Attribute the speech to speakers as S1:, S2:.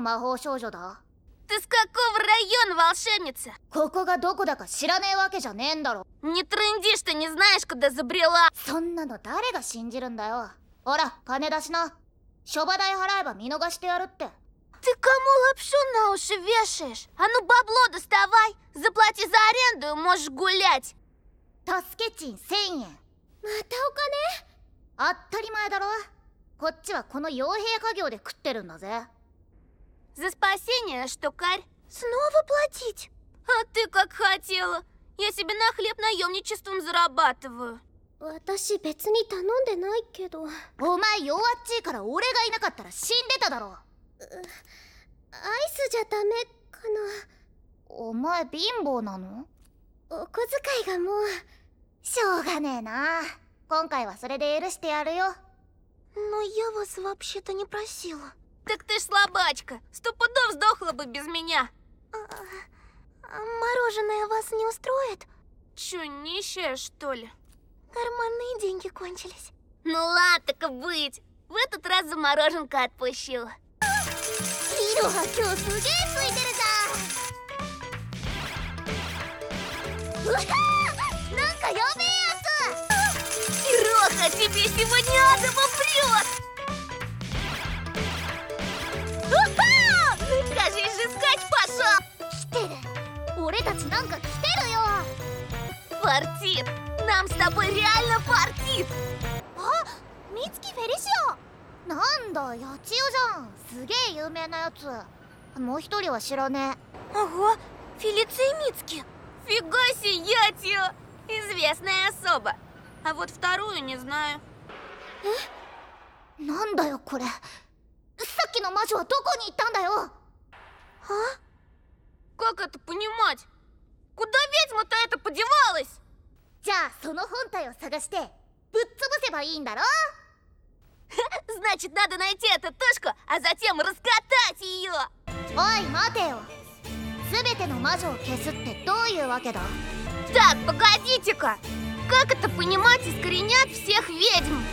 S1: 魔法少女だ
S2: Ты с какого района, волшебница?
S1: ここがどこだか知らねえわけじゃねえんだろ
S2: Не трындишь, ты не знаешь, куда забрела.
S1: そんなの誰が信じるんだよほら金出しな諸場代払えば見逃してやるって
S2: Ты кому лапшу на уши вешаешь? А ну бабло доставай, заплати за аренду и можешь гулять.
S1: 助け賃1000円またお金あったり前だろこっちはこの傭兵家業で食ってるんだぜ
S2: За спасение, штукарь, снова платить. А ты как хотела. Я себе на хлеб наемничеством зарабатываю.
S3: 私別に頼んでないけどあ
S1: お前弱っちいから俺がいなかったら死んでただろ
S3: アイスじゃダメか
S1: お前貧乏なの
S3: なお小遣いがもう
S1: しょうがねえな今回はそれで許してやるよ
S3: Но я вас вообще-то не просила
S2: Так ты ж слабачка, сто пудов сдохла бы без меня.
S3: А мороженое вас не устроит?
S2: Чё, нищая, что ли?
S3: Нормальные деньги кончились
S2: Ну ладно, так и быть. В этот раз замороженка а отпущила.
S3: リロは今日すげえついてる
S2: うわあなんかやべえやつ Кироха, тебе сегодня адово прет! Кажись, искать пошел!
S1: 俺たちなんか来てるよ
S2: Фартит! Нам с тобой реально фартит!
S1: 美月フェリシアなんだ八千代じゃんすげえ有名なやつもう一人は知らね
S2: Ого, Фелиция Мицки! Фига себе, я тебя! Известная особа. А вот вторую не знаю.
S1: えなんだよこれさっきの魔女はどこに行ったんだよ
S2: Как это понимать? Куда ведьма-то это подевалась?
S1: じゃあその本体を探してぶっ潰せばいいんだろ
S2: Значит, надо найти эту тушку, а затем раскатать ее!
S1: おい待てよ全ての魔女を消すってどういうわけだ
S2: Так, погодите-ка! Как это понимать, искоренять всех ведьм?